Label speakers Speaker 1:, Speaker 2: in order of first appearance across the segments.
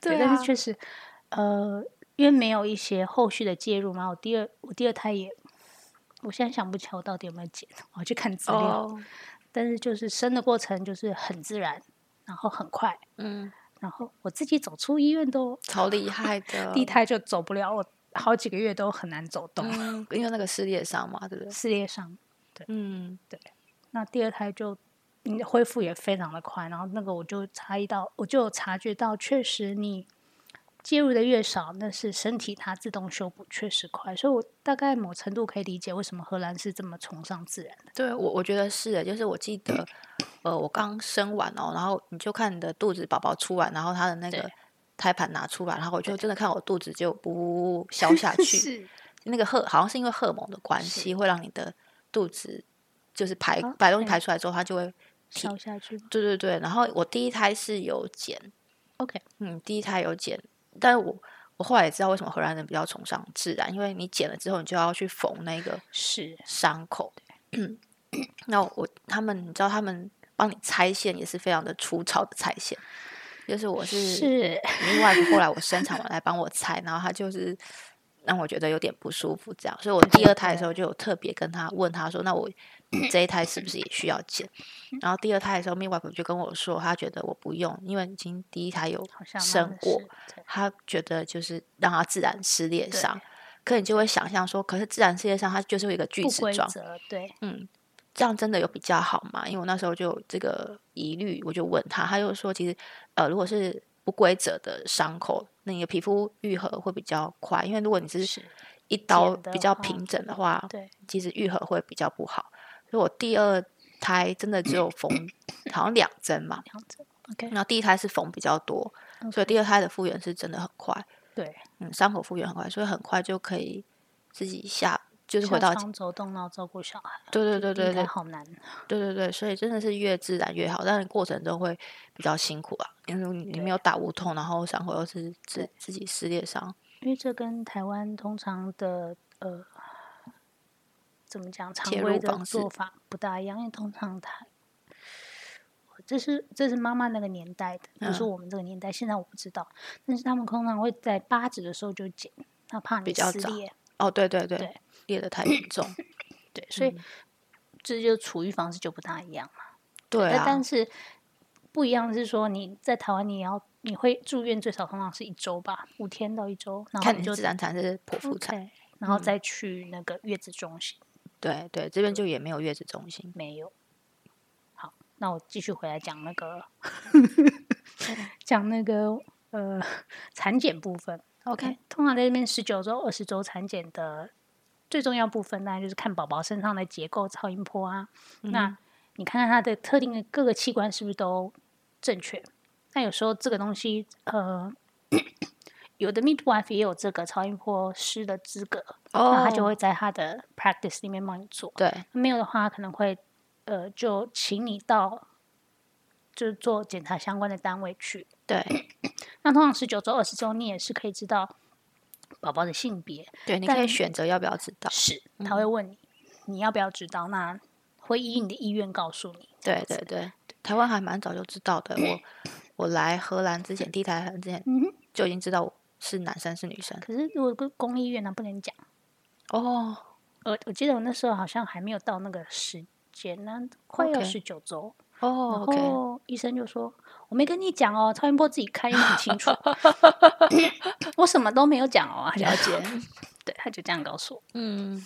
Speaker 1: 对，
Speaker 2: 对
Speaker 1: 但
Speaker 2: 啊
Speaker 1: 是确实，呃，因为没有一些后续的介入嘛，我第二我第二胎也，我现在想不起来我到底有没有剪，我要去看资料。
Speaker 2: 哦，
Speaker 1: 但是就是生的过程就是很自然，然后很快，
Speaker 2: 嗯，
Speaker 1: 然后我自己走出医院都
Speaker 2: 超厉害 的。
Speaker 1: 第一胎就走不了，我好几个月都很难走动，
Speaker 2: 嗯，因为那个撕裂伤嘛，对不对？
Speaker 1: 撕裂伤。
Speaker 2: 嗯，
Speaker 1: 那第二胎就你恢复也非常的快，然后那个我就察意到，我就有察觉到，确实你介入的越少，那是身体它自动修补确实快，所以我大概某程度可以理解为什么荷兰是这么崇尚自然的。
Speaker 2: 对我我觉得是的，就是我记得，呃，我刚生完哦，然后你就看你的肚子宝宝出来，然后他的那个
Speaker 1: 对
Speaker 2: 胎盘拿出来，然后我就真的看我肚子就不 消下去，那个荷好像是因为荷尔蒙的关
Speaker 1: 是
Speaker 2: 系，会让你的肚子就是排
Speaker 1: 啊
Speaker 2: 把东西
Speaker 1: 对
Speaker 2: 排出来之后，它就会，
Speaker 1: 消下去吗
Speaker 2: 对对对。然后我第一胎是有减，
Speaker 1: ？OK，
Speaker 2: 嗯，第一胎有剪，但是我我后来也知道为什么荷兰人比较崇尚自然，因为你剪了之后，你就要去缝那个
Speaker 1: 是
Speaker 2: 伤口。嗯那我他们，你知道他们帮你拆线也是非常的粗糙的拆线，就是我是
Speaker 1: 是，
Speaker 2: 另外一个后来我生产完来帮我拆，然后他就是让我觉得有点不舒服，这样，所以我第二胎的时候就有特别跟他问他说，那我这一胎是不是也需要剪？然后第二胎的时候，midwife 就跟我说，他觉得我不用，因为已经第一胎有
Speaker 1: 好像他
Speaker 2: 生
Speaker 1: 们
Speaker 2: 过
Speaker 1: 是，对
Speaker 2: 他觉得就是让他自然撕裂
Speaker 1: 对
Speaker 2: 伤，可你就会想象说，可是自然撕裂伤它就是有一个锯
Speaker 1: 不
Speaker 2: 齿
Speaker 1: 规
Speaker 2: 状，
Speaker 1: 则，对，
Speaker 2: 嗯，这样真的有比较好吗？因为我那时候就有这个疑虑，我就问他，他就说，其实呃，如果是不规则的伤口，那你的皮肤愈合会比较快，因为如果你是
Speaker 1: 是
Speaker 2: 一刀
Speaker 1: 剪的
Speaker 2: 比较
Speaker 1: 话
Speaker 2: 平整的话，
Speaker 1: 对，
Speaker 2: 其实愈合会比较不好。所以我第二胎真的只有缝好像两针 嘛，
Speaker 1: 这样子，OK，
Speaker 2: 然后第一胎是缝比较多，所以第二胎的复原是真的很快。
Speaker 1: 对，
Speaker 2: 嗯，伤口复原很快，所以很快就可以自己下，就是回
Speaker 1: 像
Speaker 2: 到家。
Speaker 1: 常走动，然后照顾小孩，
Speaker 2: 对对对
Speaker 1: 第一
Speaker 2: 对
Speaker 1: 胎
Speaker 2: 对
Speaker 1: 好难，
Speaker 2: 对对对，所以真的是越自然越好，但是过程中会比较辛苦啊，因为你没有打无痛，然后伤口又是自自己撕裂伤。
Speaker 1: 因为这跟台湾通常的呃，怎么讲常
Speaker 2: 介入
Speaker 1: 规的
Speaker 2: 方式
Speaker 1: 做法不大一样，因为通常台，这是这是妈妈那个年代的，不是
Speaker 2: 嗯
Speaker 1: 我们这个年代。现在我不知道，但是他们通常会在八指的时候就剪，他怕
Speaker 2: 比
Speaker 1: 你
Speaker 2: 较
Speaker 1: 撕
Speaker 2: 早
Speaker 1: 裂。
Speaker 2: 哦，对对对，
Speaker 1: 对
Speaker 2: 裂的太严重。
Speaker 1: 对，所以、嗯这就处遇方式就不大一样嘛。
Speaker 2: 对
Speaker 1: 那
Speaker 2: 啊
Speaker 1: 但，是不一样是说你在台湾你也要你会住院最少通常是一周吧，五天到一周，然后
Speaker 2: 看
Speaker 1: 你
Speaker 2: 你
Speaker 1: 就是
Speaker 2: 自然产还是剖腹产。
Speaker 1: OK，然后再去那个月子中心。
Speaker 2: 对对，这边就也没有月子中心。
Speaker 1: 没有。好，那我继续回来讲那个讲那个呃产检部分。
Speaker 2: OK，
Speaker 1: 通常在这边十九周、二十周产检的最重要部分，当然就是看宝宝身上的结构、超音波啊。那你看看他的特定的各个器官是不是都正确？那有时候这个东西，呃， 有的 midwife 也有这个超音波师的资格，那他就
Speaker 2: 哦
Speaker 1: 会在他的 practice 里面帮你做。
Speaker 2: 对，
Speaker 1: 没有的话，可能会呃，就请你到就是做检查相关的单位去。
Speaker 2: 对
Speaker 1: 那通常十九周、二十周，你也是可以知道宝宝的性别，
Speaker 2: 对，你可以
Speaker 1: 但
Speaker 2: 选择要不要知道。
Speaker 1: 是他
Speaker 2: 嗯
Speaker 1: 会问你你要不要知道，那会依你的意愿告诉你。这
Speaker 2: 对
Speaker 1: 样
Speaker 2: 对
Speaker 1: 子，
Speaker 2: 对，台湾还蛮早就知道的。我我来荷兰之前，第一台荷兰之前
Speaker 1: 嗯哼。
Speaker 2: 就已经知道我是男生是女生。
Speaker 1: 可是如果跟公立医院呢，不能讲。
Speaker 2: 哦，
Speaker 1: 我我记得我那时候好像还没有到那个时间，那快要
Speaker 2: OK
Speaker 1: 十九周
Speaker 2: 哦，OK，
Speaker 1: 然后医生就说：“我没跟你讲哦，超音波自己看，因为很清 楚。我什么都没有讲哦。” 他就
Speaker 2: 了 解。
Speaker 1: 对，他就这样告诉我。
Speaker 2: 嗯，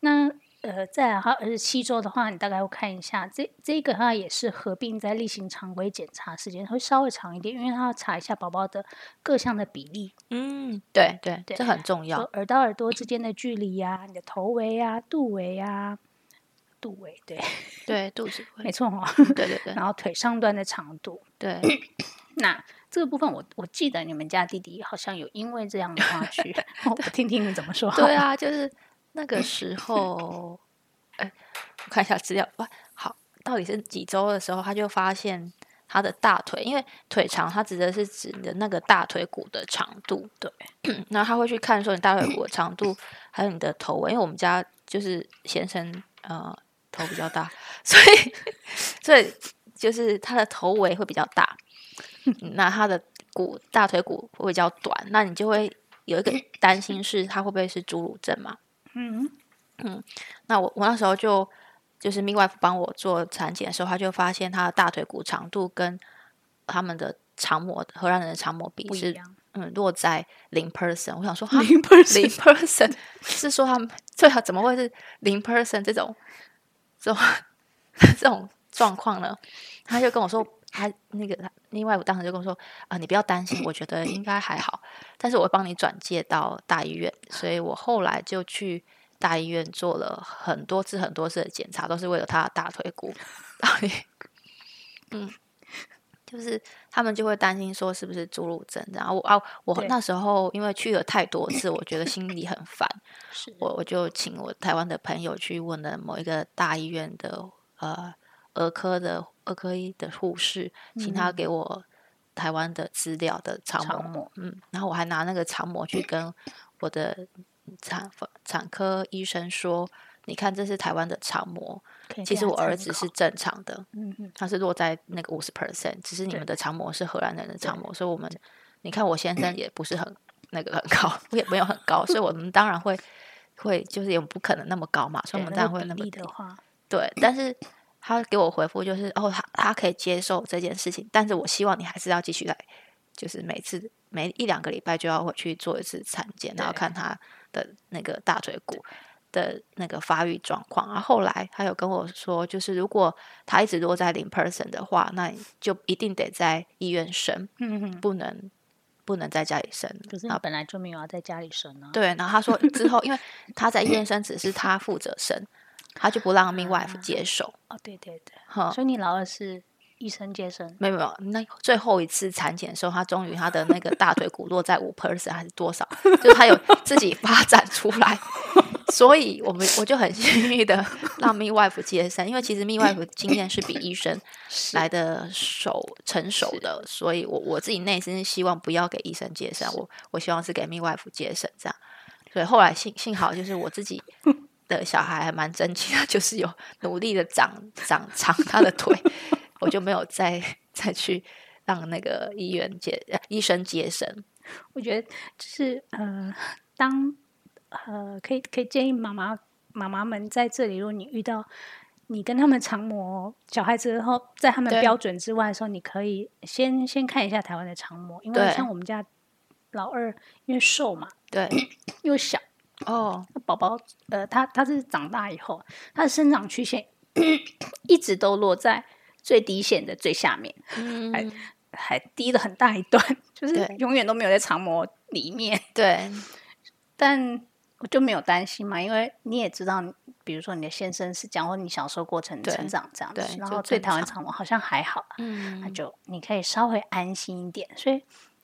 Speaker 1: 那呃，再来哈，二十七周的话，你大概会看一下，这这个它也是合并在例行常规检查时间会稍微长一点，因为它要查一下宝宝的各项的比例，
Speaker 2: 嗯，对对，
Speaker 1: 对
Speaker 2: 这很重
Speaker 1: 说
Speaker 2: 要。
Speaker 1: 耳到耳朵之间的距离呀、你的头围啊、肚围啊、肚围，对，
Speaker 2: 对，肚子
Speaker 1: 没
Speaker 2: 会，
Speaker 1: 错哦。
Speaker 2: 对对 对
Speaker 1: 然后腿上端的长度，
Speaker 2: 对，
Speaker 1: 那这个部分我我记得你们家弟弟好像有因为这样的话去，我听听你怎么 说。
Speaker 2: 对，啊，就是那个时候，哎，我看一下资料哇，好，到底是几周的时候，他就发现他的大腿，因为腿长，它指的是指你的那个大腿骨的长度。
Speaker 1: 对，
Speaker 2: 然后他会去看说你大腿骨的长度，还有你的头围，因为我们家就是先生呃头比较大， 所以所以就是他的头围会比较大，嗯那他的骨大腿骨会比较短，那你就会有一个担心是它会不会是侏儒症嘛？
Speaker 1: 嗯
Speaker 2: 那我我那时候就就是 midwife 帮我做产检的时候，他就发现他的大腿骨长度跟他们的长模荷兰人的长模比
Speaker 1: 不一
Speaker 2: 是
Speaker 1: 样。
Speaker 2: 嗯落在零 person，我想说哈
Speaker 1: 零 percent
Speaker 2: 零 person 是说他们对啊，怎么会是零 person 这种这种这种状况呢？他就跟我说，他那个他另外我当时就跟我说啊、你不要担心，我觉得应该还好，但是我会帮你转介到大医院，所以我后来就去大医院做了很多次很多次的检查，都是为了他的大腿骨， 到底嗯。就是他们就会担心说是不是侏儒症，然后我啊，我
Speaker 1: 对
Speaker 2: 那时候因为去了太多次，我觉得心 里很烦，
Speaker 1: 是
Speaker 2: 我我就请我台湾的朋友去问了某一个大医院的呃儿科的儿科医的护士，请他给我台湾的资料的肠
Speaker 1: 嗯长
Speaker 2: 膜，
Speaker 1: 模
Speaker 2: 嗯，然后我还拿那个肠膜去跟我的产妇产科医生说，你看这是台湾的肠膜，
Speaker 1: 可以
Speaker 2: 其
Speaker 1: 给
Speaker 2: 实
Speaker 1: 他
Speaker 2: 我儿
Speaker 1: 参
Speaker 2: 子
Speaker 1: 考
Speaker 2: 是正常的，
Speaker 1: 嗯嗯
Speaker 2: 它是落在那个五十 percent，只是你
Speaker 1: 对
Speaker 2: 们的长模是荷兰人的长模，所以我们你看我先生也不是很那个很高， 我也没有很高，所以我们当然会会就是也不可能那么高嘛，所以
Speaker 1: 对
Speaker 2: 我们当
Speaker 1: 那个
Speaker 2: 然会
Speaker 1: 比
Speaker 2: 那么
Speaker 1: 例
Speaker 2: 低。
Speaker 1: 的话，
Speaker 2: 对，但是他给我回复就是哦，他他可以接受这件事情，但是我希望你还是要继续来，就是每次每一两个礼拜就要回去做一次产检，然后
Speaker 1: 对
Speaker 2: 看他的那个大腿骨的那个发育状况。然后后来他有跟我说，就是如果他一直落在零 person 的话，那你就一定得在医院生，
Speaker 1: 嗯嗯，
Speaker 2: 不能不能在家里生。
Speaker 1: 可是你
Speaker 2: 然后
Speaker 1: 本来就没有要在家里生啊。
Speaker 2: 对，然后他说之后，因为他在医院生只是他负责生，他就不让 midwife 接手。
Speaker 1: 哦，对对对，
Speaker 2: 哈，
Speaker 1: 所以你老二是医生接生，
Speaker 2: 没有没有，那最后一次产检的时候，他终于他的那个大腿骨落在五 percent 还是多少，就是他有自己发展出来， 所以我们我就很幸运的让 midwife 接生，因为其实 midwife 经验是比医生来的熟成熟的，所以我我自己内心是希望不要给医生接生，我我希望是给 midwife 接生这样，所以后来幸幸好就是我自 己。的小孩还蛮争气的，就是有努力的长长长他的腿，我就没有再再去让那个医院接呃医生接生。
Speaker 1: 我觉得就是呃，当呃，可以可以建议妈妈妈妈们在这里，如果你遇到你跟他们长模小孩子，然后在他们
Speaker 2: 对
Speaker 1: 标准之外的时候，你可以先先看一下台湾的长模，因为
Speaker 2: 对
Speaker 1: 像我们家老二因为瘦嘛
Speaker 2: 对，
Speaker 1: 又小，
Speaker 2: 哦，
Speaker 1: 宝宝呃，他他是长大以后，他的生长曲线一直都落在最低线的最下面，哎
Speaker 2: 嗯，
Speaker 1: 还低了很大一段， 就是
Speaker 2: 对
Speaker 1: 永远都没有在长模里面。
Speaker 2: 对，
Speaker 1: 但我就没有担心嘛，因为你也知道，比如说你的先生是讲过你小时候过程
Speaker 2: 对
Speaker 1: 成长这样子
Speaker 2: 对，
Speaker 1: 然
Speaker 2: 就
Speaker 1: 后对
Speaker 2: 正
Speaker 1: 台湾
Speaker 2: 常
Speaker 1: 长模好像还好啊，那
Speaker 2: 嗯，
Speaker 1: 就你可以稍微安心一点，所以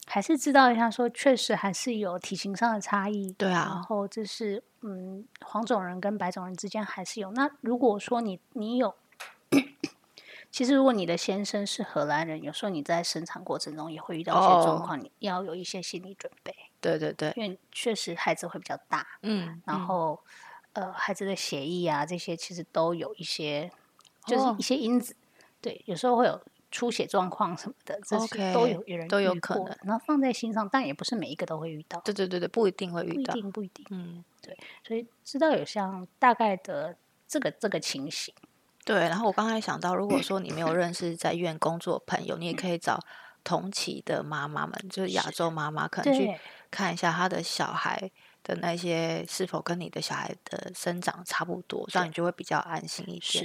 Speaker 1: 还是知道一下说，确实还是有体型上的差异，
Speaker 2: 对啊
Speaker 1: 然后就是嗯，黄种人跟白种人之间还是有。那如果说你你有，其实如果你的先生是荷兰人，有时候你在生产过程中也会遇到一些状
Speaker 2: 哦
Speaker 1: 况，你要有一些心理准备，
Speaker 2: 对对对，
Speaker 1: 因为确实孩子会比较大。
Speaker 2: 嗯，
Speaker 1: 然
Speaker 2: 嗯
Speaker 1: 后、呃孩子的协议啊这些其实都有一些，就是
Speaker 2: 哦
Speaker 1: 一些因子，对，有时候会有出血状况什么的，这些都
Speaker 2: OK，
Speaker 1: 有有人
Speaker 2: 都有
Speaker 1: 遇
Speaker 2: 可
Speaker 1: 过
Speaker 2: 能，
Speaker 1: 然后放在心上，但也不是每一个都会遇到，
Speaker 2: 对对对对，不一定会
Speaker 1: 不
Speaker 2: 遇
Speaker 1: 一
Speaker 2: 到，
Speaker 1: 定不一定，
Speaker 2: 嗯，
Speaker 1: 所以知道有像大概的这个这个情形，
Speaker 2: 对。然后我刚才想到，如果说你没有认识在医院工作的朋友，你也可以找同期的妈妈们，就是亚洲妈妈，可能去
Speaker 1: 对，
Speaker 2: 看一下他的小孩的那些是否跟你的小孩的生长差不多，这样你就会比较安心一点。
Speaker 1: 是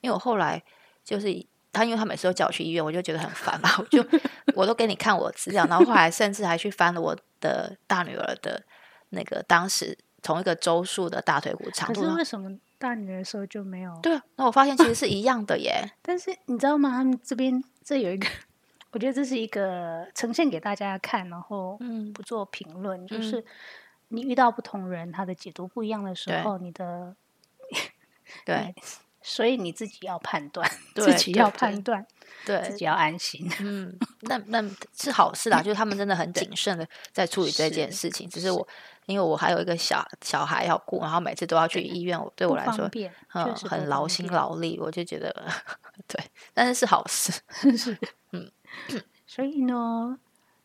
Speaker 2: 因为我后来就是以他，因为他每次都叫我去医院，我就觉得很烦嘛，我就我都给你看我资料，然后后来甚至还去翻了我的大女儿的那个当时同一个周数的大腿骨长
Speaker 1: 可
Speaker 2: 度
Speaker 1: 是，
Speaker 2: 然后
Speaker 1: 为什么大女儿的时候就没有？
Speaker 2: 对啊，那我发现其实是一样的耶，
Speaker 1: 但是你知道吗？他们这边这有一个， 我觉得这是一个呈现给大家看，然后
Speaker 2: 嗯
Speaker 1: 不做评论，就
Speaker 2: 嗯
Speaker 1: 是你遇到不同人，他的解读不一样的时候，你的
Speaker 2: 对
Speaker 1: 所以你自己要判断，自
Speaker 2: 对
Speaker 1: 己
Speaker 2: 对
Speaker 1: 要
Speaker 2: 对
Speaker 1: 判断，自
Speaker 2: 对，
Speaker 1: 己要安心。
Speaker 2: 嗯，那那是好事啦，就是他们真的很谨慎的在处理这
Speaker 1: 是
Speaker 2: 件事情。只是我，因为我还有一个小小孩要顾，然后每次都要去医院，我对我
Speaker 1: 不
Speaker 2: 来
Speaker 1: 方
Speaker 2: 说，
Speaker 1: 便，
Speaker 2: 嗯，
Speaker 1: 确实
Speaker 2: 很
Speaker 1: 不
Speaker 2: 劳
Speaker 1: 方
Speaker 2: 心
Speaker 1: 便。
Speaker 2: 劳力，我就觉得， 对，但是是好事。
Speaker 1: 所以呢，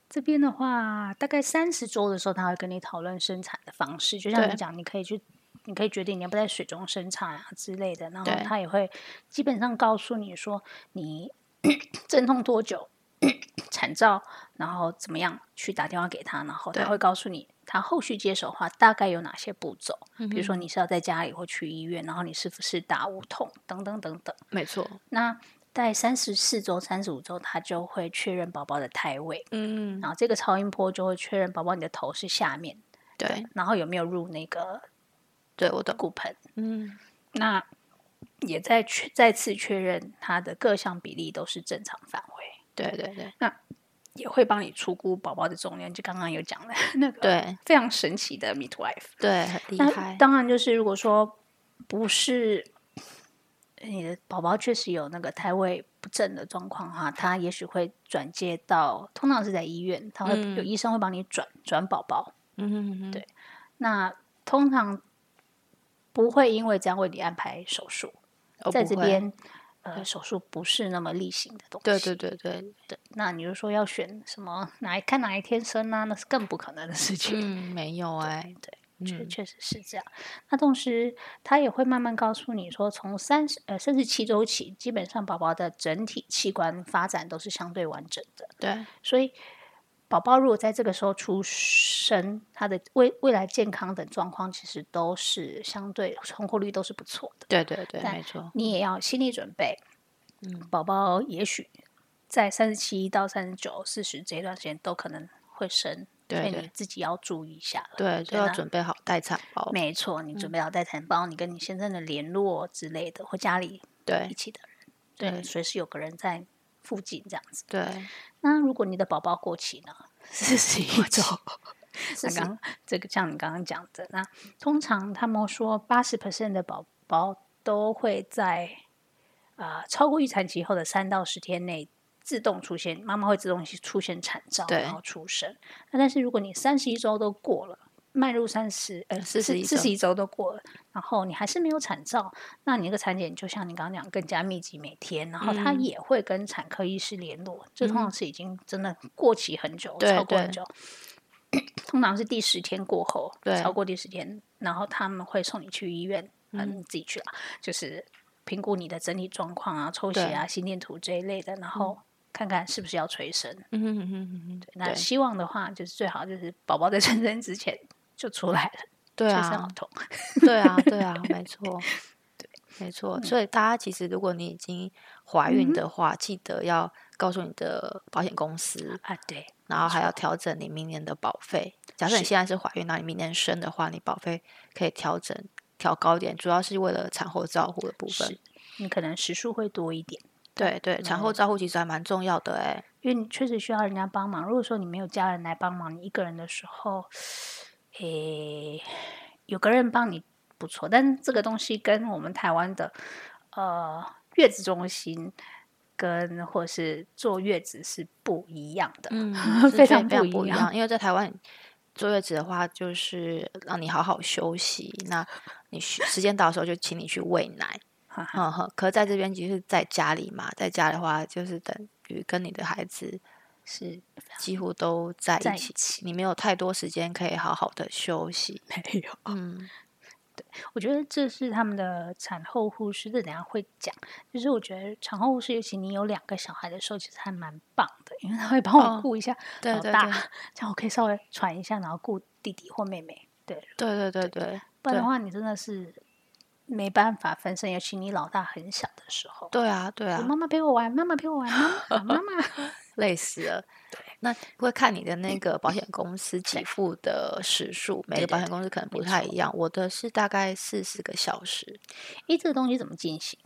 Speaker 1: 这边的话，大概三十周的时候，他会跟你讨论生产的方式，就像
Speaker 2: 对
Speaker 1: 你讲，你可以去，你可以决定你要不要在水中生产啊之类的。然后
Speaker 2: 对
Speaker 1: 他也会基本上告诉你说你 阵痛多久， 产兆，然后怎么样去打电话给他，然后他
Speaker 2: 对
Speaker 1: 会告诉你他后续接手的话大概有哪些步骤，比如说
Speaker 2: 嗯
Speaker 1: 你是要在家里或去医院，然后你是不是打无痛等等等等。
Speaker 2: 没错，
Speaker 1: 那在三十四周、三十五周，他就会确认宝宝的胎位。
Speaker 2: 嗯，
Speaker 1: 然后这个超音波就会确认宝宝你的头是下面，
Speaker 2: 对
Speaker 1: 然后有没有入那个
Speaker 2: 对，我懂，
Speaker 1: 骨盆。
Speaker 2: 嗯，
Speaker 1: 那也再确再次确认它的各项比例都是正常范围，
Speaker 2: 对对对
Speaker 1: 也会帮你出估宝宝的重量。就刚刚有讲的那个
Speaker 2: 对
Speaker 1: 非常神奇的 midwife。
Speaker 2: 对，很厉
Speaker 1: 那
Speaker 2: 害，
Speaker 1: 当然就是如果说不是哎你的宝宝确实有那个胎位不正的状况哈，他也许会转介到，通常是在医院，他会、有医生会帮你转转宝宝。
Speaker 2: 嗯，
Speaker 1: 对那通常不会因为这样为你安排手术，
Speaker 2: 我
Speaker 1: 在
Speaker 2: 哦不
Speaker 1: 这
Speaker 2: 会，
Speaker 1: 边呃手术不是那么例行的东西。
Speaker 2: 对对对对，
Speaker 1: 对那你就说要选什么哪一看哪一天生啊，那是更不可能的事情。
Speaker 2: 嗯，没有哎，
Speaker 1: 对，确
Speaker 2: 嗯
Speaker 1: 确实是这样。那同时，他也会慢慢告诉你说，从三十呃三十七周起，基本上宝宝的整体器官发展都是相对完整的。
Speaker 2: 对
Speaker 1: 所以宝宝如果在这个时候出生，他的未未来健康等状况其实都是相对成活率都是不错的。
Speaker 2: 对对对，
Speaker 1: 但
Speaker 2: 没错，
Speaker 1: 你也要心理准备，嗯，宝宝也许在三十七到三十九、四十这段时间都可能会生，
Speaker 2: 对
Speaker 1: 所以你
Speaker 2: 对
Speaker 1: 自己要注意一下了。
Speaker 2: 对，就
Speaker 1: 对
Speaker 2: 要
Speaker 1: 那
Speaker 2: 准备好待产包，
Speaker 1: 没错，你
Speaker 2: 嗯
Speaker 1: 准备好待产包，你跟你先生的联络之类的，或家里一
Speaker 2: 对
Speaker 1: 起的人，
Speaker 2: 对
Speaker 1: 随时有个人在附近这样子。
Speaker 2: 对，
Speaker 1: 那如果你的宝宝过期呢？四十一 周，
Speaker 2: 是
Speaker 1: 那
Speaker 2: 是
Speaker 1: 刚这个像你刚刚讲的，那通常他们说八十 percent 的宝宝都会在啊、呃超过预产期后的三到十天内自动出现，妈妈会自动去出现产兆，
Speaker 2: 对
Speaker 1: 然后出生。那但是如果你三十一周都过了。迈入三十呃
Speaker 2: 41
Speaker 1: 四
Speaker 2: 周
Speaker 1: 十一周都过了，然后你还是没有产兆，那你那个产检就像你刚刚讲更加密集每天，然后他
Speaker 2: 嗯
Speaker 1: 也会跟产科医师联络，这通常是已经真的过期很久，
Speaker 2: 对
Speaker 1: 超过很
Speaker 2: 对
Speaker 1: 久，通常是第十天过后，
Speaker 2: 对
Speaker 1: 超过第十天，然后他们会送你去医院，嗯，自己去啦，就是评估你的整体状况啊，抽血啊、心电图这一类的，然后看看是不是要催生。
Speaker 2: 嗯嗯嗯嗯，
Speaker 1: 那
Speaker 2: 对
Speaker 1: 希望的话，就是最好就是宝宝在 催生之前就出来了，
Speaker 2: 对
Speaker 1: 催生
Speaker 2: 啊
Speaker 1: 好，痛。
Speaker 2: 对啊，对啊，没错，没
Speaker 1: 嗯
Speaker 2: 错。所以大家其实，如果你已经怀孕的话，记得要告诉你的保险公司，
Speaker 1: 啊，对，
Speaker 2: 然后还要调整你明年的保费。假设你
Speaker 1: 是
Speaker 2: 现在是怀孕，那你明年生的话，你保费可以调整调高一点，主要是为了产后照护的部分
Speaker 1: 是。嗯你可能时数会多一点。
Speaker 2: 对对，产后照护其实还蛮重要的哎、
Speaker 1: 因为你确实需要人家帮忙。如果说你没有家人来帮忙，你一个人的时候，诶，有个人帮你不错。但是这个东西跟我们台湾的呃月子中心跟或是坐月子是不一样的。，
Speaker 2: 嗯是
Speaker 1: 非
Speaker 2: 觉
Speaker 1: 常
Speaker 2: 得
Speaker 1: 不
Speaker 2: 非常
Speaker 1: 一
Speaker 2: 不一
Speaker 1: 样
Speaker 2: 样。因为在台湾坐月子的话，就是让你好好休息，那你需时间到的时候就请你去喂奶。
Speaker 1: 哈哈
Speaker 2: 嗯哼，可是在这边就是在家里嘛，在家的话就是等于跟你的孩子
Speaker 1: 是
Speaker 2: 几乎都在
Speaker 1: 在
Speaker 2: 一
Speaker 1: 一
Speaker 2: 起，
Speaker 1: 起
Speaker 2: 你没有太多时间可以好好的休息。
Speaker 1: 没有。
Speaker 2: 嗯，
Speaker 1: 我觉得这是他们的产后护士，这等一下会讲。就是我觉得产后护士，尤其你有两个小孩的时候，其实还蛮棒的，因为他会帮我
Speaker 2: 哦
Speaker 1: 顾一下
Speaker 2: 对
Speaker 1: 老
Speaker 2: 对
Speaker 1: 大，
Speaker 2: 对
Speaker 1: 这样我可以稍微喘一下，然后顾弟弟或妹妹。对，
Speaker 2: 对对对对
Speaker 1: 不然的
Speaker 2: 对
Speaker 1: 话，你真的是没办法分身，尤其你老大很小的时候。
Speaker 2: 对啊对
Speaker 1: 我
Speaker 2: 啊，
Speaker 1: 妈妈陪我玩，妈妈陪我玩，妈 妈妈妈。
Speaker 2: 累死了。那会看你的那个保险公司给付的时数，每
Speaker 1: 嗯对
Speaker 2: 个保
Speaker 1: 对
Speaker 2: 险公司可能
Speaker 1: 没
Speaker 2: 不太
Speaker 1: 错
Speaker 2: 一样。我的是大概四十个小时。
Speaker 1: 诶，这个东西怎么进行？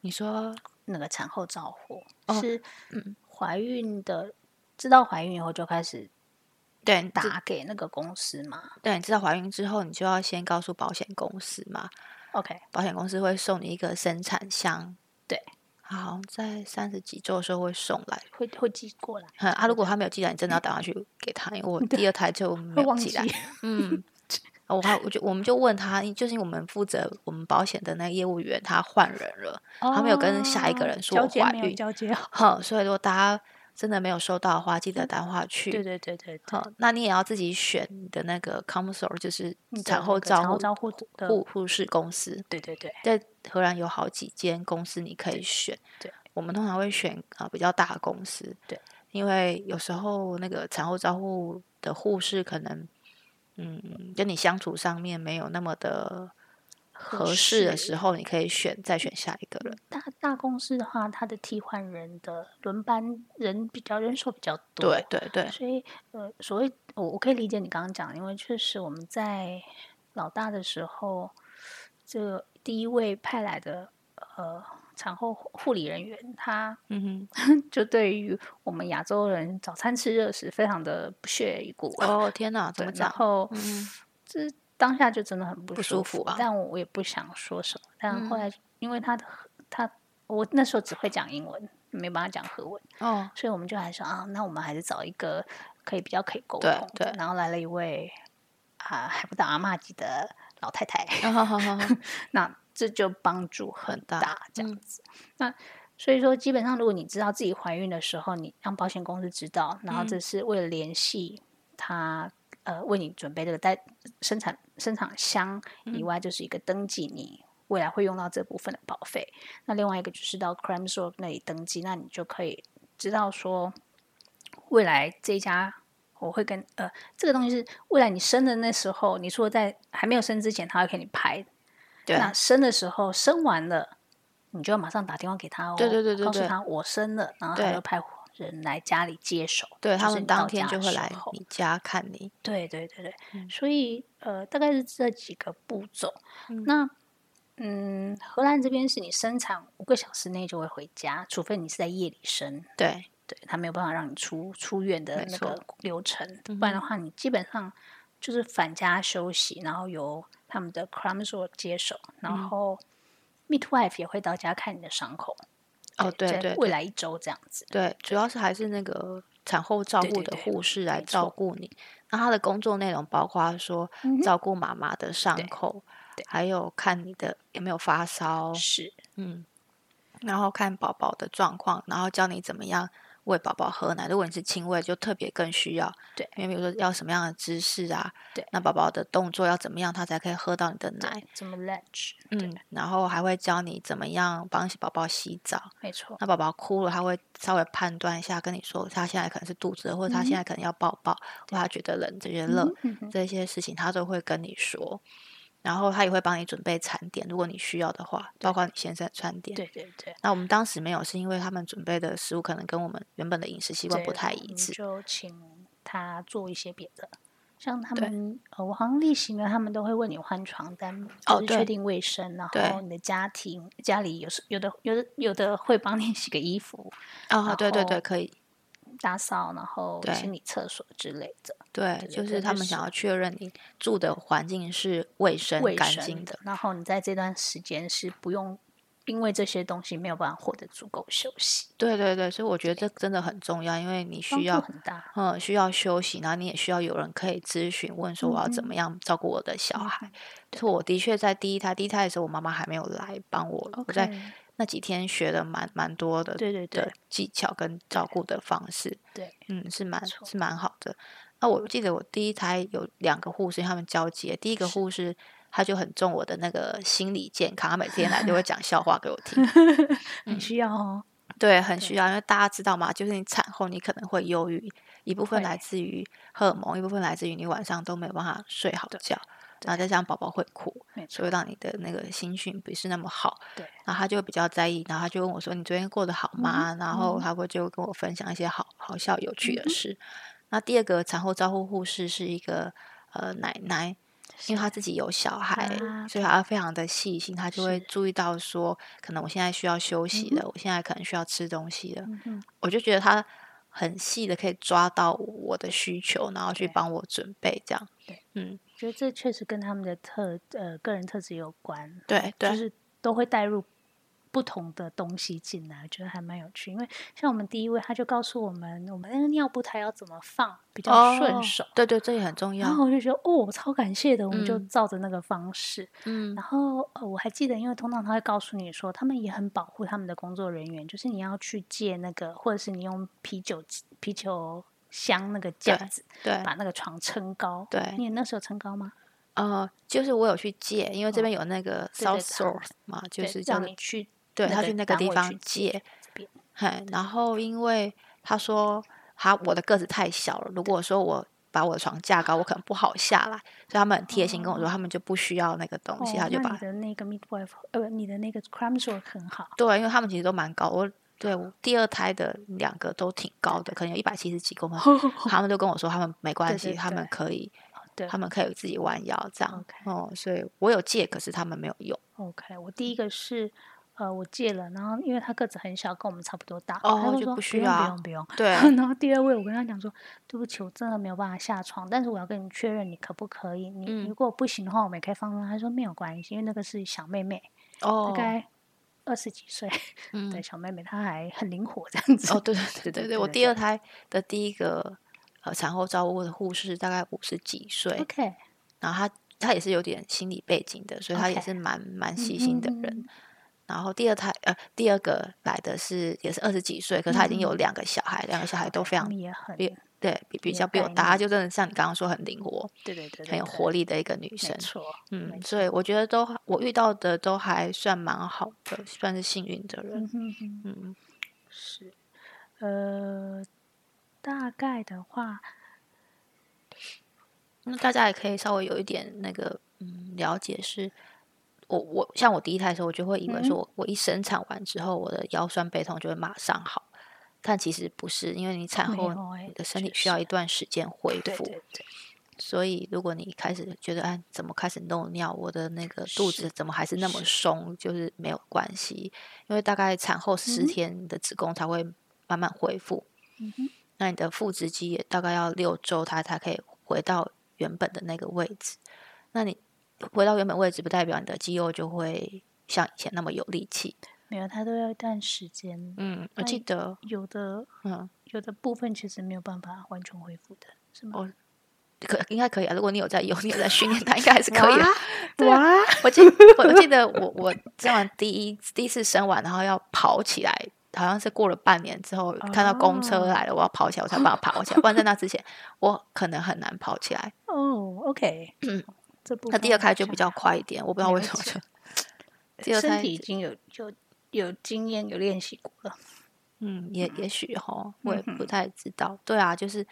Speaker 2: 你说
Speaker 1: 那个产后照护、
Speaker 2: 哦
Speaker 1: 是怀孕的，知道怀孕以后就开始
Speaker 2: 对你知
Speaker 1: 打给那个公司吗
Speaker 2: 对，你知道怀孕之后，你就要先告诉保险公司嘛，
Speaker 1: ？OK，
Speaker 2: 保险公司会送你一个生产箱。
Speaker 1: 对，
Speaker 2: 好像在三十几周的时候会送来。
Speaker 1: 会会寄过来。
Speaker 2: 嗯，啊，如果他没有寄来，你真的要打电话去给他，因为我第二胎就没
Speaker 1: 会
Speaker 2: 有
Speaker 1: 忘
Speaker 2: 寄
Speaker 1: 记
Speaker 2: 来。 嗯，啊我还我就我们就问他，就是因为我们负责我们保险的那个业务员他换人了。
Speaker 1: 他
Speaker 2: 没有跟下一个人说
Speaker 1: 哦交
Speaker 2: 我
Speaker 1: 接
Speaker 2: 怀
Speaker 1: 没有
Speaker 2: 孕
Speaker 1: 交接好，
Speaker 2: 哼，所以如果大家真的没有收到的话，记得打电话去。
Speaker 1: 对对对对对，
Speaker 2: 好、那你也要自己选你的那个 counselor，就是
Speaker 1: 你的
Speaker 2: 产后
Speaker 1: 那个
Speaker 2: 照
Speaker 1: 产
Speaker 2: 护
Speaker 1: 后照护的
Speaker 2: 护护士公司。
Speaker 1: 对对对，
Speaker 2: 在荷兰有好几间公司你可以选。
Speaker 1: 对
Speaker 2: 我们通常会选啊、呃比较大的公司。
Speaker 1: 对，
Speaker 2: 因为有时候那个产后照护的护士可能，嗯，跟你相处上面没有那么的合适的
Speaker 1: 适
Speaker 2: 时候，你可以选再选下一个人。
Speaker 1: 大大公司的话，它的替换人的轮班人比较人手比较多，
Speaker 2: 对对对，
Speaker 1: 所以呃，所谓我我可以理解你刚刚讲的，因为确实我们在老大的时候，这个第一位派来的呃产后护护理人员，他
Speaker 2: 嗯哼。
Speaker 1: 就对于我们亚洲人早餐吃热食非常的不屑一顾。
Speaker 2: 哦天哪，怎
Speaker 1: 对
Speaker 2: 么
Speaker 1: 然
Speaker 2: 讲？
Speaker 1: 后
Speaker 2: 嗯，
Speaker 1: 这当下就真的很不
Speaker 2: 不舒
Speaker 1: 舒
Speaker 2: 服啊嗯
Speaker 1: 但我也不想说什么。但后来因为他的他，我那时候只会讲英文，没办法讲和文，
Speaker 2: 哦，
Speaker 1: 所以我们就还是啊，那我们还是找一个可以比较可以沟通
Speaker 2: 对
Speaker 1: 的。
Speaker 2: 对
Speaker 1: 然后来了一位啊，还不到阿嬷级的老太太，
Speaker 2: 好好好好，
Speaker 1: 那这就帮助很
Speaker 2: 很大
Speaker 1: 这样
Speaker 2: 嗯
Speaker 1: 子。那所以说，基本上如果你知道自己怀孕的时候，你让保险公司知道，然后
Speaker 2: 嗯
Speaker 1: 这是为了联系他、呃为你准备这个带生产生产箱
Speaker 2: 嗯
Speaker 1: 以外，就是一个登记你。未来会用到这部分的保费，那另外一个就是到 c r a m s o r 那里登记，那你就可以知道说，未来这一家我会跟呃，这个东西是未来你生的那时候，你除了在还没有生之前，他会给你拍
Speaker 2: 对
Speaker 1: 那生的时候生完了，你就要马上打电话给他哦，
Speaker 2: 对对对对
Speaker 1: 告诉
Speaker 2: 对
Speaker 1: 他我生了，然后他
Speaker 2: 对
Speaker 1: 就派人来家里接手，
Speaker 2: 对
Speaker 1: 就
Speaker 2: 他
Speaker 1: 是
Speaker 2: 们
Speaker 1: 你到
Speaker 2: 当天
Speaker 1: 家
Speaker 2: 就
Speaker 1: 的
Speaker 2: 会
Speaker 1: 时
Speaker 2: 来
Speaker 1: 候
Speaker 2: 你嗯家看你。
Speaker 1: 对对对对，所以呃，大概是这几个步骤。那嗯，荷兰这边是你生产五个小时内就会回家，除非你是在夜里生，
Speaker 2: 对，
Speaker 1: 对他没有办法让你出出院的
Speaker 2: 没
Speaker 1: 那
Speaker 2: 错嗯
Speaker 1: 个流程，不然的话你基本上就是返家休息，然后由他们的 c r a m s o r 接手，
Speaker 2: 嗯
Speaker 1: 然后 midwife 也会到家看你的伤口。
Speaker 2: 哦对
Speaker 1: 在
Speaker 2: 对
Speaker 1: 未来一周这样子。
Speaker 2: 对，主要是还是那个产后照
Speaker 1: 对
Speaker 2: 顾
Speaker 1: 对
Speaker 2: 的
Speaker 1: 对
Speaker 2: 护士来
Speaker 1: 没
Speaker 2: 照
Speaker 1: 错
Speaker 2: 顾你。那他的工作内容包括说
Speaker 1: 嗯哼
Speaker 2: 照顾妈妈的伤
Speaker 1: 对
Speaker 2: 口
Speaker 1: 对，
Speaker 2: 还有看你的有没有发烧，
Speaker 1: 是，
Speaker 2: 嗯，然后看宝宝的状况，然后教你怎么样喂宝宝喝奶。如果你是亲喂，就特别更需要，
Speaker 1: 对
Speaker 2: 因为比如说要什么样的姿势啊，
Speaker 1: 对
Speaker 2: 那宝宝的动作要怎么样，他才可以喝到你的奶，
Speaker 1: 对，怎么 latch？对
Speaker 2: 嗯，然后还会教你怎么样帮宝宝洗澡。
Speaker 1: 没错，
Speaker 2: 那宝宝哭了，他会稍微判断一下，跟你说他现在可能是肚子饿，或者他现在可能要抱抱，或他觉得冷，这些热、
Speaker 1: 嗯哼
Speaker 2: 这些事情，他都会跟你说。然后他也会帮你准备餐点，如果你需要的话，包括你先生的餐点。
Speaker 1: 对对对，
Speaker 2: 那我们当时没有，是因为他们准备的食物可能跟我们原本的饮食习惯
Speaker 1: 对嗯
Speaker 2: 不太
Speaker 1: 我
Speaker 2: 一
Speaker 1: 们
Speaker 2: 致。
Speaker 1: 就请他做一些别的。像他
Speaker 2: 对
Speaker 1: 们，呃，我好像例行呢，他们都会问你换床单，
Speaker 2: 哦
Speaker 1: 就是
Speaker 2: 对
Speaker 1: 确定卫生，然
Speaker 2: 对
Speaker 1: 后你的家庭家里有时有的有的有的会帮你洗个衣服、
Speaker 2: 哦，
Speaker 1: 然
Speaker 2: 对对对，
Speaker 1: 后
Speaker 2: 可以，
Speaker 1: 打扫，然后
Speaker 2: 对
Speaker 1: 清理厕所之类的，
Speaker 2: 对，
Speaker 1: 对
Speaker 2: 就
Speaker 1: 对
Speaker 2: 是他
Speaker 1: 就
Speaker 2: 们想
Speaker 1: 是
Speaker 2: 要确认你住的环境是卫生、
Speaker 1: 卫
Speaker 2: 干
Speaker 1: 生
Speaker 2: 净的。。
Speaker 1: 然后你在这段时间是不用因为这些东西没有办法获得足够休息，
Speaker 2: 对对对，所以我觉得这真的很重要，因为你
Speaker 1: 帮
Speaker 2: 需
Speaker 1: 助
Speaker 2: 要
Speaker 1: 很大。
Speaker 2: 嗯，需要休息，然后你也需要有人可以咨询，问
Speaker 1: 嗯
Speaker 2: 说我要怎么样照顾我的小孩。所以我的确在第一胎，第一胎的时候，我妈妈还没有来帮我我哦在呃
Speaker 1: OK
Speaker 2: 那几天学了蛮蛮多的
Speaker 1: 对对
Speaker 2: 的
Speaker 1: 对
Speaker 2: 技巧跟照顾的方式，
Speaker 1: 对，
Speaker 2: 嗯，是蛮
Speaker 1: 错
Speaker 2: 是蛮好的。那我记得我第一胎有两个护士，他们交接，第一个护士。他就很重我的那个心理健康，他每天来就 会讲笑话给我听，嗯
Speaker 1: 很需要哦。
Speaker 2: 对，很需要，因为大家知道嘛，就是你产后你可能会忧郁，一部分
Speaker 1: 会
Speaker 2: 来自于荷尔蒙，一部分来自于你晚上都没有办法睡好觉，然后再加上宝宝会哭，
Speaker 1: 没错
Speaker 2: 所以会让你的那个心情不是那么好。
Speaker 1: 对，嗯
Speaker 2: 然后他就会比较在意，然后他就问我说：“你昨天过得好吗？”然后他会就跟我分享一些好好笑有
Speaker 1: 嗯
Speaker 2: 趣的事。那第二个产后照护护士是一个呃奶奶，因为她自己有小孩，
Speaker 1: 啊
Speaker 2: 所以她非常的细心，她就会
Speaker 1: 是嗯
Speaker 2: 注意到说，可能我现在需要休息了，我现在可能需要吃东西了。我就觉得她很细的可以抓到我的需求，然后去
Speaker 1: 对
Speaker 2: 帮我准备这样。
Speaker 1: 觉得这确实跟他们的特呃个人特质有关，
Speaker 2: 对对
Speaker 1: 就是都会带入不同的东西进来，我觉得还蛮有趣。因为像我们第一位，他就告诉我们，我们那个尿布台要怎么放比较顺手。
Speaker 2: 哦对对，这也很重要
Speaker 1: 然。后我就觉得哦，我超感谢的，我们就
Speaker 2: 嗯
Speaker 1: 照着那个方式。
Speaker 2: 嗯
Speaker 1: 然后呃，我还记得，因为通常他会告诉你说，他们也很保护他们的工作人员，就是你要去借那个，或者是你用啤酒啤酒箱那个架
Speaker 2: 对
Speaker 1: 子
Speaker 2: 对
Speaker 1: 把那个床撑高。
Speaker 2: 对
Speaker 1: 你那时候撑高吗？
Speaker 2: 呃，就是我有去借，因为这边有那个
Speaker 1: 嗯对对
Speaker 2: South Source 嘛，就
Speaker 1: 对
Speaker 2: 是叫
Speaker 1: 让
Speaker 2: 做
Speaker 1: 你去
Speaker 2: 对
Speaker 1: 那
Speaker 2: 他
Speaker 1: 个
Speaker 2: 去那个
Speaker 1: 单
Speaker 2: 地
Speaker 1: 位
Speaker 2: 方
Speaker 1: 去借
Speaker 2: 借
Speaker 1: 这边，
Speaker 2: 嘿，然后因为他说他我的个子太小了，如果说我把我的床架高，我可能不好下来，所以他们很贴心跟我说，他们就不需要那个东西，
Speaker 1: 哦
Speaker 2: 他就
Speaker 1: 那
Speaker 2: 把
Speaker 1: 你的那个 midwife 呃，不你的那个 c r a m s w o r 很 好。
Speaker 2: 对，因为他们其实都蛮高，我对我第二胎的两个都挺高的，可能有一百七十几公分，他们都跟我说他们没关
Speaker 1: 对
Speaker 2: 系，
Speaker 1: 对
Speaker 2: 他们
Speaker 1: 对哦
Speaker 2: 可以，
Speaker 1: 对
Speaker 2: 他们可以自己弯腰这样
Speaker 1: OK。
Speaker 2: 哦，所以我有借，可是他们没有用。
Speaker 1: OK，我第一个是呃，我借了，然后因为他个子很小，跟我们差不多大，
Speaker 2: 哦
Speaker 1: 他
Speaker 2: 就
Speaker 1: 说
Speaker 2: 不需
Speaker 1: 用
Speaker 2: 要
Speaker 1: 不用不用。
Speaker 2: 对
Speaker 1: 然后第二位，我跟他讲说，对不起，我真的没有办法下床，但是我要跟你确认，你可不可以？你、
Speaker 2: 嗯
Speaker 1: 如果不行的话，我们也可以放松。他说没有关系，因为那个是小妹妹，
Speaker 2: 哦
Speaker 1: 大，概二十几岁
Speaker 2: 嗯
Speaker 1: 的小妹妹，她还很灵活这样子。
Speaker 2: 哦，对对对对
Speaker 1: 对
Speaker 2: 对，我
Speaker 1: 对
Speaker 2: 第二胎的第一个呃产后照顾的护士大概五十几岁，
Speaker 1: OK，
Speaker 2: 然后她她也是有点心理背景的，所以她也
Speaker 1: OK
Speaker 2: 是蛮蛮
Speaker 1: 嗯
Speaker 2: 细心的
Speaker 1: 嗯
Speaker 2: 人。
Speaker 1: 嗯
Speaker 2: 然后第二胎呃第二个来的是也是二十几岁，可是她已经有
Speaker 1: 嗯
Speaker 2: 两个小孩，两个小孩都非
Speaker 1: 他
Speaker 2: 常
Speaker 1: 们也很
Speaker 2: 比对比比
Speaker 1: 有
Speaker 2: 较比我
Speaker 1: 概
Speaker 2: 大，她
Speaker 1: 念
Speaker 2: 就真的像你刚刚说很灵活、
Speaker 1: 对对对，
Speaker 2: 很有活
Speaker 1: 力，
Speaker 2: 力的一个女
Speaker 1: 没
Speaker 2: 生。
Speaker 1: 错，没
Speaker 2: 嗯，
Speaker 1: 错
Speaker 2: 所以我觉得都我遇到的都还算蛮好的，算是幸运的人
Speaker 1: 嗯。哼哼。
Speaker 2: 嗯，
Speaker 1: 是，呃，大概的话，
Speaker 2: 那大家也可以稍微有一点那个嗯了解是，我我像我第一胎的时候，我就会以
Speaker 1: 嗯
Speaker 2: 为说我、我一生产完之后，我的腰酸背痛就会马上好，但其实不是，因为你产
Speaker 1: 没
Speaker 2: 后
Speaker 1: 有欸
Speaker 2: 你的身
Speaker 1: 确
Speaker 2: 体需要
Speaker 1: 实
Speaker 2: 一段时间恢
Speaker 1: 对
Speaker 2: 复，
Speaker 1: 对对，
Speaker 2: 所以如果你开始觉得哎怎么开始漏尿，我的那个肚
Speaker 1: 是
Speaker 2: 子怎么还是那么
Speaker 1: 是
Speaker 2: 松，就是没有关系，因为大概产后
Speaker 1: 嗯
Speaker 2: 十
Speaker 1: 哼
Speaker 2: 天你的子宫才会慢慢恢复，
Speaker 1: 嗯哼，
Speaker 2: 那你的腹直肌也大概要六周，它才可以回到原本的那个位置。那你回到原本位置，不代表你的肌肉就会像以前那么有力气。
Speaker 1: 没有，它都要一段时间，
Speaker 2: 嗯，我
Speaker 1: 那
Speaker 2: 记
Speaker 1: 你
Speaker 2: 得，
Speaker 1: 有的
Speaker 2: 嗯，
Speaker 1: 有的部分其实没有办法完全恢复的，是吗？
Speaker 2: 哦可应该可以啊。如果你有在用，你有在训练它，应该 还是可以的。 对啊
Speaker 1: 哇，
Speaker 2: 我记我我记得我我生完第一第一次生完，然后要跑起来，好像是过了半年之后，看到公车
Speaker 1: 哦
Speaker 2: 来了，我要跑起来，我才把它跑起来。不然在那之前，我可能很难跑起来。
Speaker 1: 哦，OK，
Speaker 2: 嗯
Speaker 1: 这部
Speaker 2: 那
Speaker 1: 分
Speaker 2: 第二
Speaker 1: 我
Speaker 2: 胎就
Speaker 1: 想
Speaker 2: 比较快一点，我不知道为
Speaker 1: 了
Speaker 2: 什么
Speaker 1: 解
Speaker 2: 就第二
Speaker 1: 身
Speaker 2: 胎
Speaker 1: 体已经有有有经验有练习过了，
Speaker 2: 嗯，也也许哈，我也
Speaker 1: 嗯
Speaker 2: 不太知道。对啊，就是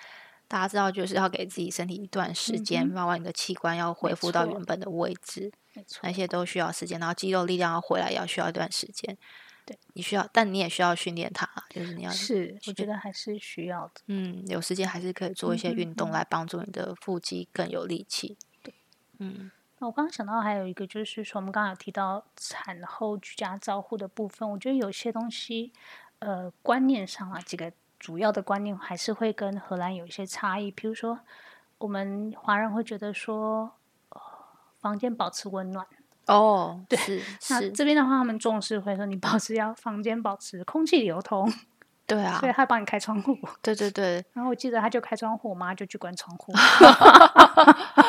Speaker 2: 大家知道，就是要给自己身体一段时间，
Speaker 1: 嗯
Speaker 2: 慢慢你的器官要恢
Speaker 1: 没
Speaker 2: 复到
Speaker 1: 错
Speaker 2: 原本的位置，
Speaker 1: 没错
Speaker 2: 那，些都需要时间，然后肌肉力量要回来，要需要一段时间。
Speaker 1: 对，
Speaker 2: 你需要，但你也需要训练它，就是你要
Speaker 1: 是，我
Speaker 2: 是
Speaker 1: 觉得还是需要的，
Speaker 2: 嗯，有时间还是可以做一
Speaker 1: 嗯
Speaker 2: 些
Speaker 1: 哼
Speaker 2: 运动
Speaker 1: 嗯
Speaker 2: 来帮助你的腹肌更有力气。嗯，
Speaker 1: 那我刚刚想到还有一个，就是说我们刚刚有提到产后居家照护的部分，我觉得有些东西，呃，观念上啊，几个主要的观念还是会跟荷兰有一些差异。比如说，我们华人会觉得说，呃，房间保持温暖。
Speaker 2: 哦，对，是
Speaker 1: 那
Speaker 2: 是，
Speaker 1: 这边的话，他们重视会说，你保持要房间保持空气流通，
Speaker 2: 对啊
Speaker 1: 所，以他帮你开窗户。
Speaker 2: 对对对，
Speaker 1: 然后我记得他就开窗户，我妈就去关窗户。
Speaker 2: 啊哦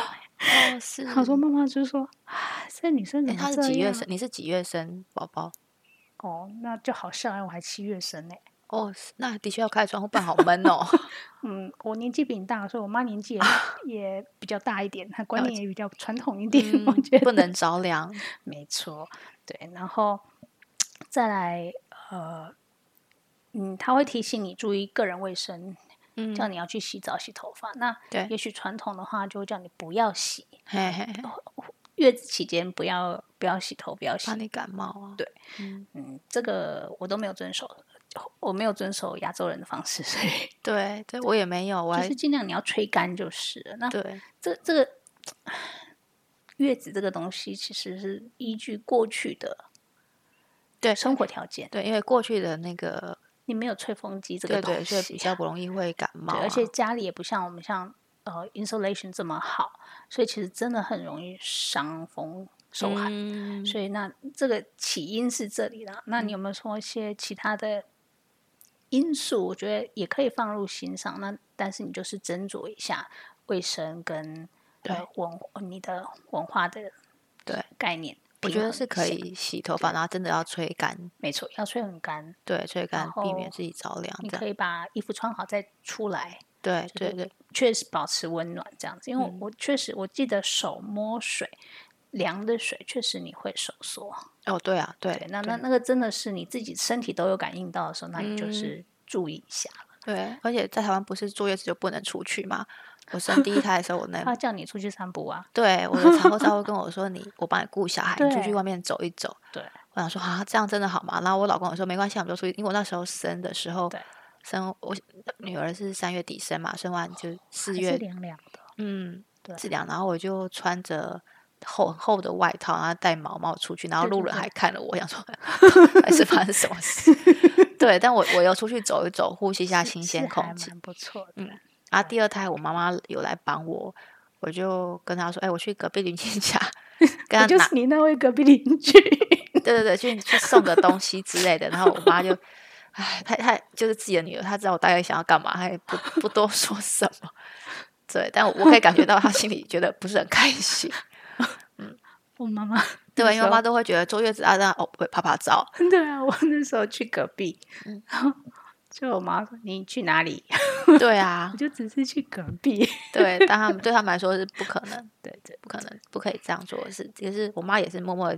Speaker 2: 是。
Speaker 1: 她 说妈妈就说，哎，这女生
Speaker 2: 哎，
Speaker 1: 怎
Speaker 2: 他
Speaker 1: 么
Speaker 2: 是
Speaker 1: 这
Speaker 2: 几月
Speaker 1: 样？啊
Speaker 2: 生？你是几月生宝宝？
Speaker 1: 哦，那就好笑，哎我还七月生呢、
Speaker 2: 哦，是那的确要开窗户，不然好闷 哦。
Speaker 1: 嗯，我年纪比你大，所以我妈年纪也也比较大一点，她观
Speaker 2: 了
Speaker 1: 念也比较传统一点，我
Speaker 2: 嗯
Speaker 1: 觉得
Speaker 2: 不能着凉。
Speaker 1: 没错，对，然后再来呃，嗯，她会提醒你注意个人卫生，
Speaker 2: 嗯，
Speaker 1: 叫你要去洗澡、洗头发。那
Speaker 2: 对，
Speaker 1: 也许传统的话就会叫你不要洗，
Speaker 2: 嘿嘿，
Speaker 1: 哦
Speaker 2: 嘿
Speaker 1: 月子期间不要不要洗头，不要洗
Speaker 2: 怕你感冒啊。
Speaker 1: 对
Speaker 2: 嗯，
Speaker 1: 嗯，这个我都没有遵守，我没有遵守亚洲人的方式，所以
Speaker 2: 对对，我也没有，我
Speaker 1: 就
Speaker 2: 还
Speaker 1: 是尽量你要吹干就是了。那
Speaker 2: 对
Speaker 1: 这这个月子这个东西，其实是依据过去的
Speaker 2: 对
Speaker 1: 生活条件，
Speaker 2: 对，因为过去的那个
Speaker 1: 你没有吹风机这
Speaker 2: 对
Speaker 1: 个东西
Speaker 2: 对，
Speaker 1: 啊，
Speaker 2: 所以比较不容易会感冒
Speaker 1: 对
Speaker 2: 啊。
Speaker 1: 而且家里也不像我们像呃 insulation 这么好，所以其实真的很容易伤风受害。
Speaker 2: 嗯
Speaker 1: 所以那这个起因是这里啦。那你有没有说一些其他的因素？我觉得也可以放入欣赏。那但是你就是斟酌一下卫生跟呃文你的文化的
Speaker 2: 对
Speaker 1: 概念。
Speaker 2: 我觉得是可
Speaker 1: 平衡一下，
Speaker 2: 以洗头发，然后真的要吹干，
Speaker 1: 没错，要吹很干。
Speaker 2: 对，吹干
Speaker 1: 然，
Speaker 2: 避免
Speaker 1: 后
Speaker 2: 自己着凉，
Speaker 1: 你
Speaker 2: 这
Speaker 1: 可
Speaker 2: 样，
Speaker 1: 以把衣服穿好再出来，
Speaker 2: 对
Speaker 1: 是
Speaker 2: 对对，
Speaker 1: 确实保持温暖这样子。因为我
Speaker 2: 嗯
Speaker 1: 我确实我记得手摸水，凉的水确实你会手缩。
Speaker 2: 哦，对啊，对
Speaker 1: 对，，那那那个真的是你自己身体都有感应到的时候，那你就
Speaker 2: 嗯
Speaker 1: 是注意一下了。
Speaker 2: 对，而且在台湾不是坐月子就不能出去吗？我生第一胎的时 候，我那
Speaker 1: 他叫你出去散步啊，
Speaker 2: 对我的产后照会跟我说你，我帮你顾小孩，你出去
Speaker 1: 对
Speaker 2: 外面走一走。
Speaker 1: 对，
Speaker 2: 我想说啊，这样真的好吗？然后我老公也说没关系，我们就出去，因为我那时候生的时候
Speaker 1: 对，
Speaker 2: 生我女儿是三月底生嘛，生完就四
Speaker 1: 还
Speaker 2: 月
Speaker 1: 是凉凉的。
Speaker 2: 嗯，
Speaker 1: 对啊
Speaker 2: 质量。然后我就穿着厚很厚的外套，然后戴毛帽出去，然后
Speaker 1: 对对
Speaker 2: 路人
Speaker 1: 对
Speaker 2: 还看了我， 想说还是发生什么事？对，但我我有出去走一走，呼吸一下新
Speaker 1: 是
Speaker 2: 鲜
Speaker 1: 还
Speaker 2: 空气。
Speaker 1: 蛮不错的。
Speaker 2: 嗯啊，第二胎我妈妈有来帮我，我就跟她说：“哎、我去隔壁邻居 家跟她
Speaker 1: 也就
Speaker 2: 拿，
Speaker 1: 是你那位隔壁邻居，
Speaker 2: 对对对，去去送个东西之类的。”然后我妈就，哎，她她就是自己的女儿，她知道我大概想要干嘛，她也不不多 说什么。对，但我我可以感觉到她心里觉得不是很开心。
Speaker 1: 我妈妈那
Speaker 2: 对，因为
Speaker 1: 时
Speaker 2: 妈妈
Speaker 1: 候
Speaker 2: 都会觉得坐月子啊，那哦会拍拍 照，
Speaker 1: 对啊，我那时候去隔壁，
Speaker 2: 嗯
Speaker 1: 然后就我妈说你去哪里，
Speaker 2: 对啊
Speaker 1: 我，就只是去隔壁。
Speaker 2: 对，但他们对他们来说是不可能，
Speaker 1: 对对
Speaker 2: 不可能，不可以这样做的事。也是我妈也是默默，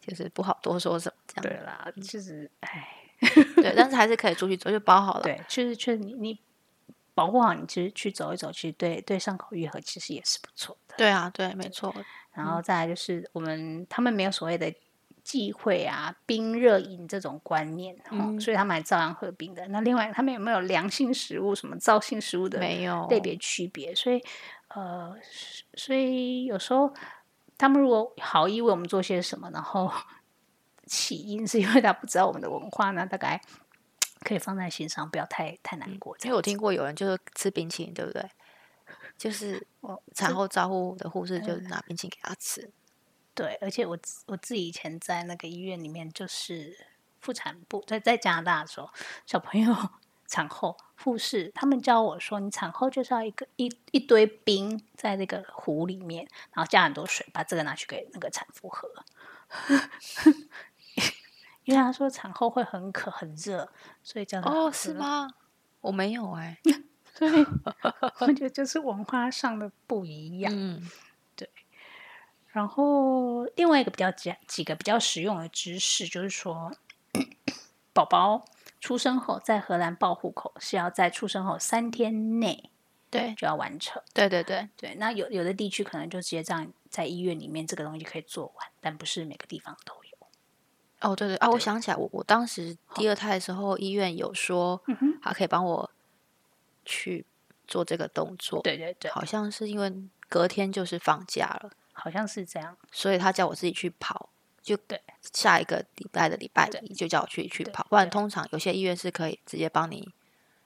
Speaker 2: 就是不好多说什么这
Speaker 1: 对
Speaker 2: 样。
Speaker 1: 啦，就是哎，
Speaker 2: 对，但是还是可以出去走，就包好了。
Speaker 1: 对，确实确实你你保护好你，其实去走一走，其实对对伤口愈合其实也是不错的。
Speaker 2: 对啊，对，没错，
Speaker 1: 然
Speaker 2: 嗯
Speaker 1: 后再来就是我们他们没有所谓的忌讳啊，冰热饮这种观念、哦
Speaker 2: 嗯
Speaker 1: 所以他们还照样喝冰的。那另外他们有没有良性食物、什么燥性食物的
Speaker 2: 没有
Speaker 1: 类别区别？所以呃，所所以有时候他们如果好意为我们做些什么，然后 起因是因为他不知道我们的文化，那大概可以放在心上，不要太太难过这
Speaker 2: 因
Speaker 1: 样子。
Speaker 2: 为嗯哎我听过有人就是吃冰淇淋，对不对？ 就是
Speaker 1: 我
Speaker 2: 产后照护的护士
Speaker 1: 嗯
Speaker 2: 就是拿冰淇淋给她吃，
Speaker 1: 对，而且我自我自己以前在那个医院里面，就是妇产部，在在加拿大的时候，小朋友 产后护士他们教我说，你产后就是要一个一一堆冰在那个壶里面，然后加很多水，把这个拿去给那个产妇喝。 因为他说产后会很渴很热，所以叫他
Speaker 2: 哦，
Speaker 1: 喝
Speaker 2: 是？吗？我没有哎、
Speaker 1: 所以我觉得就是文化上的不一样。
Speaker 2: 嗯，
Speaker 1: 然后另外一个比较几几个比较实用的知识，就是说，宝宝出生后在荷兰报户口是要在出生后三天内
Speaker 2: 对，
Speaker 1: 就要完成。
Speaker 2: 对对对，
Speaker 1: 对，那有有的地区可能就直接这样在医院里面这个东西可以做完，但不是每个地方都有。
Speaker 2: 哦，对对啊，我想起来，我我当时第二胎的时候，医院有说
Speaker 1: 嗯哼，
Speaker 2: 还可以帮我去做这个动作，
Speaker 1: 对对对，
Speaker 2: 好像是因为隔天就是放假了，
Speaker 1: 好像是这样。
Speaker 2: 所以他叫我自己去跑，就
Speaker 1: 对
Speaker 2: 下一个礼拜的礼拜
Speaker 1: 对
Speaker 2: 一就叫我去去
Speaker 1: 对
Speaker 2: 跑，不然
Speaker 1: 对
Speaker 2: 通常有些医院是可以直接帮你
Speaker 1: 嗯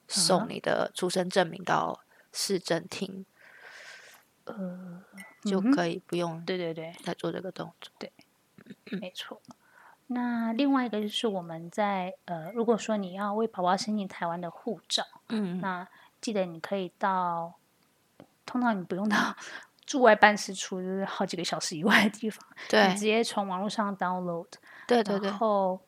Speaker 2: 送
Speaker 1: 哼
Speaker 2: 你的出生证明到市政厅，呃，就
Speaker 1: 嗯哼
Speaker 2: 可以不用
Speaker 1: 对对对，
Speaker 2: 再做这个动作。
Speaker 1: 没错。那另外一个就是我们在呃，如果说你要为宝宝申请台湾的护照，
Speaker 2: 嗯，
Speaker 1: 那记得你可以到，通常你不用到驻外办事处，就是好几个小时以外的地方，你
Speaker 2: 对
Speaker 1: 直接从网络上 download，
Speaker 2: 对对对
Speaker 1: 然，后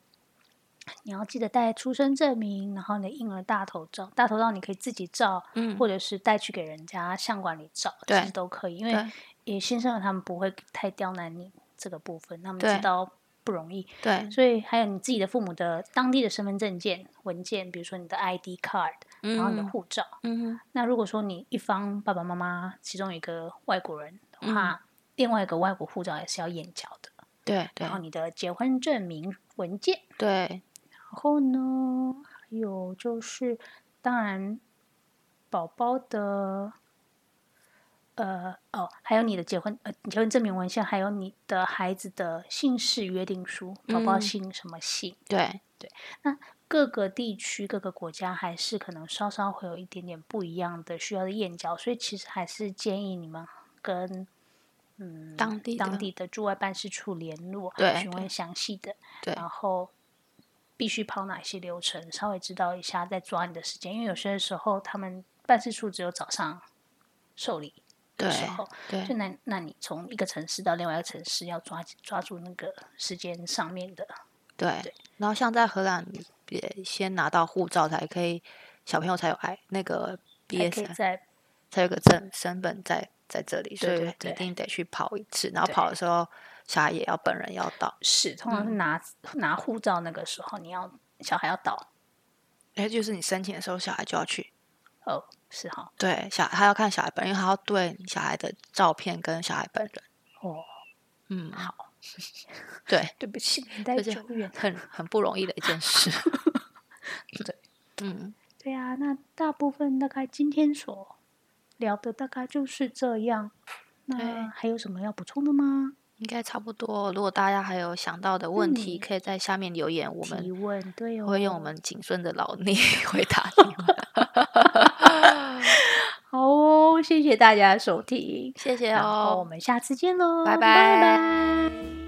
Speaker 1: 你要记得带出生证明，然后你的婴儿大头照，大头照你可以自己照，
Speaker 2: 嗯，
Speaker 1: 或者是带去给人家相馆里照，其
Speaker 2: 对
Speaker 1: 实都可以，因为
Speaker 2: 对
Speaker 1: 也新生儿他们不会太刁难你这个部分，他们
Speaker 2: 对
Speaker 1: 知道不容易，
Speaker 2: 对，
Speaker 1: 所以还有你自己的父母的当地的身份证件文件，比如说你的 ID card，然后你的
Speaker 2: 嗯
Speaker 1: 护照。
Speaker 2: 嗯哼。
Speaker 1: 那如果说你一方爸爸妈妈其中一个外国人
Speaker 2: 嗯
Speaker 1: 的话，另外一个外国护照也是要验交的。
Speaker 2: 对对
Speaker 1: 然后你的结婚证明文件，
Speaker 2: 对，
Speaker 1: 然后呢，还有就是，当然，宝宝的，呃，哦，还有你的结婚呃结婚证明文献，还有你的孩子的姓氏约定书，宝宝
Speaker 2: 嗯
Speaker 1: 姓什么姓，
Speaker 2: 对，
Speaker 1: 各个地区、各个国家还是可能稍稍会有一点点不一样的需要的验交，所以其实还是建议你们跟嗯
Speaker 2: 当地的
Speaker 1: 当地的驻外办事处联络，
Speaker 2: 对
Speaker 1: 询
Speaker 2: 对
Speaker 1: 问详细的，
Speaker 2: 对
Speaker 1: 然后必须跑哪些流程，稍微知道一下再抓你的时间，因为有些时候他们办事处只有早上受理
Speaker 2: 对
Speaker 1: 的时候，就
Speaker 2: 对
Speaker 1: 那那你从一个城市到另外一个城市，要抓抓住那个时间上面的，
Speaker 2: 对。然后像在荷兰，你也先拿到护照才可以，小朋友才有爱那个毕
Speaker 1: 还
Speaker 2: 业
Speaker 1: 可以
Speaker 2: 生
Speaker 1: 在
Speaker 2: 才有个证身份在在这里，所
Speaker 1: 对
Speaker 2: 以
Speaker 1: 对
Speaker 2: 一
Speaker 1: 对
Speaker 2: 定得去跑一次。然后
Speaker 1: 对
Speaker 2: 跑的时候，小孩也要本人要到，
Speaker 1: 是通常是拿、拿护照那个时候，你要小孩要到
Speaker 2: 哎，就是你申请的时候，小孩就要去。
Speaker 1: 哦，是哈
Speaker 2: 对，小他要看小孩本人，因为他要对你小孩的照片跟小孩本人。
Speaker 1: 哦，
Speaker 2: 嗯，
Speaker 1: 好，
Speaker 2: 对，
Speaker 1: 对不起，年代
Speaker 2: 而且
Speaker 1: 久远。
Speaker 2: 很 很不容易的一 件事。
Speaker 1: 对，
Speaker 2: 嗯，
Speaker 1: 对啊，那大部分大概今天所聊的大概就是这样。
Speaker 2: 对
Speaker 1: 那还有什么要补充的吗？
Speaker 2: 应该差不多。如果大家还有想到的问题，
Speaker 1: 嗯
Speaker 2: 可以在下面留言，我
Speaker 1: 提
Speaker 2: 们
Speaker 1: 问对哦，
Speaker 2: 会用我们谨慎的老力 回答你们。
Speaker 1: 好哦，谢谢大家的收听，
Speaker 2: 谢谢
Speaker 1: 然后我
Speaker 2: 哦，
Speaker 1: 们下次见喽，
Speaker 2: 拜
Speaker 1: 拜
Speaker 2: 拜
Speaker 1: 拜